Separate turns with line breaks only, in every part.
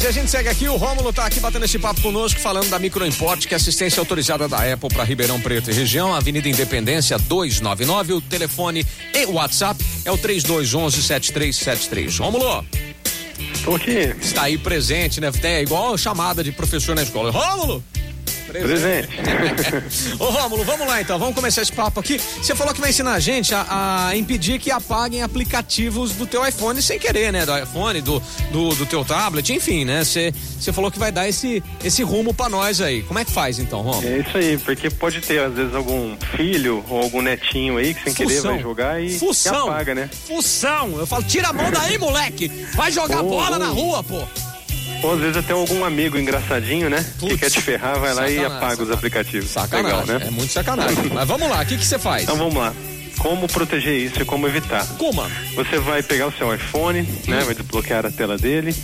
E a gente segue aqui, o Rômulo está aqui batendo esse papo conosco, falando da Microimport, que é assistência autorizada da Apple para Ribeirão Preto e região, Avenida Independência 299, o telefone e o WhatsApp é o 3211 7373. Rômulo.
Tô aqui.
Está aí presente, né? É igual chamada de professor na escola. Rômulo!
Presente.
Ô Rômulo, vamos lá então, vamos começar esse papo aqui. Você falou que vai ensinar a gente a, a impedir que apaguem aplicativos do teu iPhone sem querer, né? Do iPhone, do, do, do teu tablet, enfim, né? Você você falou que vai dar esse, esse rumo pra nós aí. Como é que faz então, Rômulo?
É isso aí, porque pode ter, às vezes, algum filho ou algum netinho aí que sem querer
Função.
vai jogar e, e
Função.
apaga, né?
Função! Eu falo, tira a mão daí, moleque! Vai jogar
Ô,
bola
ô.
na rua, pô!
Ou às vezes até algum amigo engraçadinho, né?
Putz.
que quer te ferrar, vai lá e
Sacanagem,
apaga os aplicativos.
Sacanagem,
Legal, né?
é muito sacanagem. Mas vamos lá, o que que você faz?
Então vamos lá. Como proteger isso e como evitar?
Como?
Você vai pegar o seu iPhone, né? Vai desbloquear a tela dele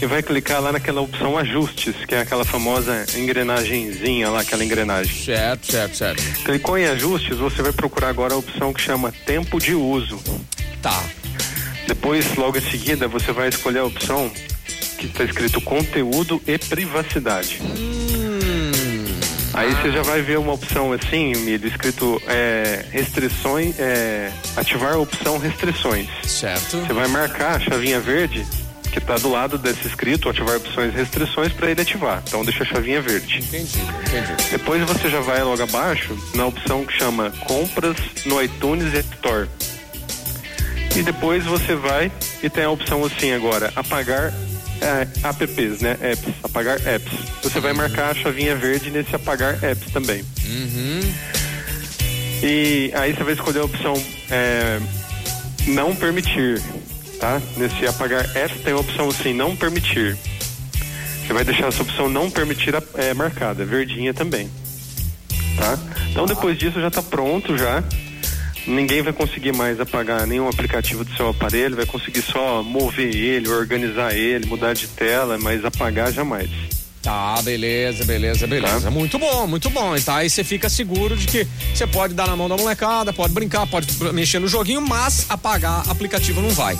e vai clicar lá naquela opção ajustes, que é aquela famosa engrenagemzinha lá, aquela engrenagem.
Certo, certo, certo.
Clicou em ajustes, você vai procurar agora a opção que chama tempo de uso.
Tá.
Depois, logo em seguida, você vai escolher a opção que está escrito conteúdo e privacidade.
Hum,
Aí você já vai ver uma opção assim, Emílio, escrito é, restrições, é, ativar a opção restrições.
Certo.
Você vai marcar a chavinha verde que está do lado desse escrito, ativar opções e restrições para ele ativar. Então deixa a chavinha verde.
Entendi, entendi.
Depois você já vai logo abaixo na opção que chama compras no iTunes Store. E depois você vai e tem a opção assim agora, apagar é, apps, né? Apps, apagar apps. Você vai marcar a chavinha verde nesse apagar apps também. E aí você vai escolher a opção é, não permitir, tá? Nesse apagar apps tem a opção assim, não permitir. Você vai deixar essa opção não permitir a- é, marcada, verdinha também. Tá? Então depois disso já está pronto já. Ninguém vai conseguir mais apagar nenhum aplicativo do seu aparelho, vai conseguir só mover ele, organizar ele, mudar de tela, mas apagar jamais.
Tá, beleza, beleza, beleza.
Tá.
Muito bom, muito bom. E tá, aí você fica seguro de que você pode dar na mão da molecada, pode brincar, pode mexer no joguinho, mas apagar aplicativo não vai.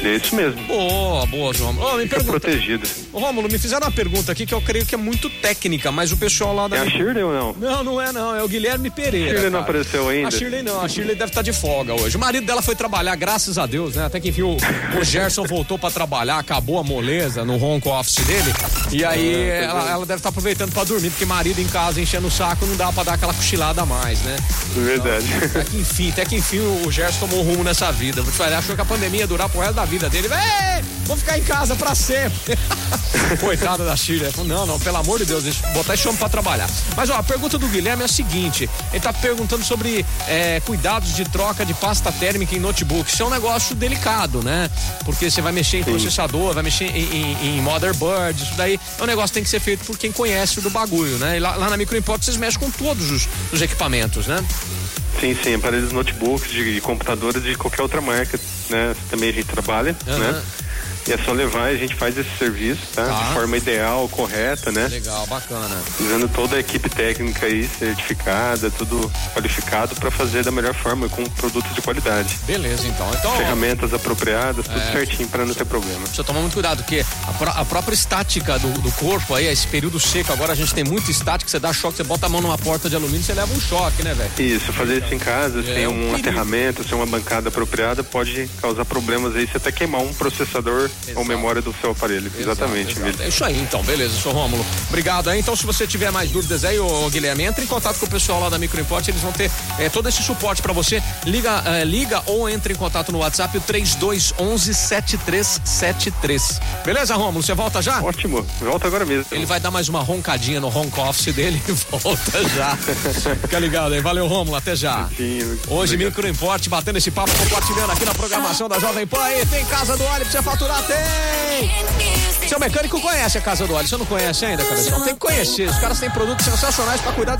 É isso mesmo.
Boa, boa, João. Ô, me
Fica
pergunta.
protegido.
Ô, Rômulo, me fizeram uma pergunta aqui que eu creio que é muito técnica, mas o pessoal lá da.
É a Shirley ou não?
Não, não é não, é o Guilherme Pereira.
Shirley não
cara.
apareceu ainda?
A Shirley não, a Shirley deve estar de folga hoje. O marido dela foi trabalhar, graças a Deus, né? Até que enfim, o, o Gerson voltou pra trabalhar, acabou a moleza no ronco office dele. E
Ah,
aí ela, ela deve estar aproveitando pra dormir, porque marido em casa enchendo o saco não dá pra dar aquela cochilada a mais, né?
Verdade.
Até que enfim, até que enfim o o Gerson tomou um rumo nessa vida. Vou te falar, Ele achou que a pandemia ia durar pro resto da vida dele. Vé, vou ficar em casa pra sempre. Coitada da Shirley. Falou, Não, não, pelo amor de Deus, deixa eu botar esse homem pra trabalhar. Mas ó, a pergunta do Guilherme é a seguinte: ele tá perguntando sobre é, cuidados de troca de pasta térmica em notebook. Isso é um negócio delicado, né? Porque você vai mexer em processador, vai mexer em, em- em motherboard, isso daí é um negócio que tem que ser feito por quem conhece do bagulho, né? E lá, lá na microimport vocês mexem com todos os- os equipamentos, né?
Sim, sim, aparelhos notebooks, de computadores de qualquer outra marca, né? Também a gente trabalha,
Aham.
né? E é só levar e a gente faz esse serviço, tá?
Tá.
De forma ideal, correta, né?
Legal, bacana.
Usando toda a equipe técnica aí certificada, tudo qualificado para fazer da melhor forma, com produto de qualidade.
Beleza, então. Então, ó,
Ferramentas apropriadas, tudo
É.
certinho para não ter problema.
precisa tomar muito cuidado, porque a, pró- a própria estática do, do corpo aí, é esse período seco, agora a gente tem muito estática, você dá choque, você bota a mão numa porta de alumínio, você leva um choque, né, velho?
Isso, fazer isso em casa, sem
um
um
perigo.
aterramento, sem uma bancada apropriada, pode causar problemas aí, se até queimar um processador ou memória do seu aparelho. Exatamente,
Exato,
Emílio.
exato. É isso aí, então. Beleza, seu Rômulo. Obrigado aí. Então, se você tiver mais dúvidas aí, ô Guilherme, entre em contato com o pessoal lá da Microimport. Eles vão ter eh, todo esse suporte pra você. Liga, eh, liga ou entre em contato no WhatsApp o 3211 7373. Beleza, Rômulo? Você volta já?
Ótimo, volta agora mesmo.
Ele vai dar mais uma roncadinha no ronco office dele e volta já. Fica ligado aí. Valeu, Rômulo. Até já.
Sim,
Hoje,
obrigado.
Microimporte, batendo esse papo, compartilhando aqui na programação da Jovem Pan. E tem Casa do Óleo pra você faturar? Tem! Seu mecânico conhece a Casa do Óleo. Você não conhece ainda, cabeção? Tem que conhecer. Os caras têm produtos sensacionais pra cuidar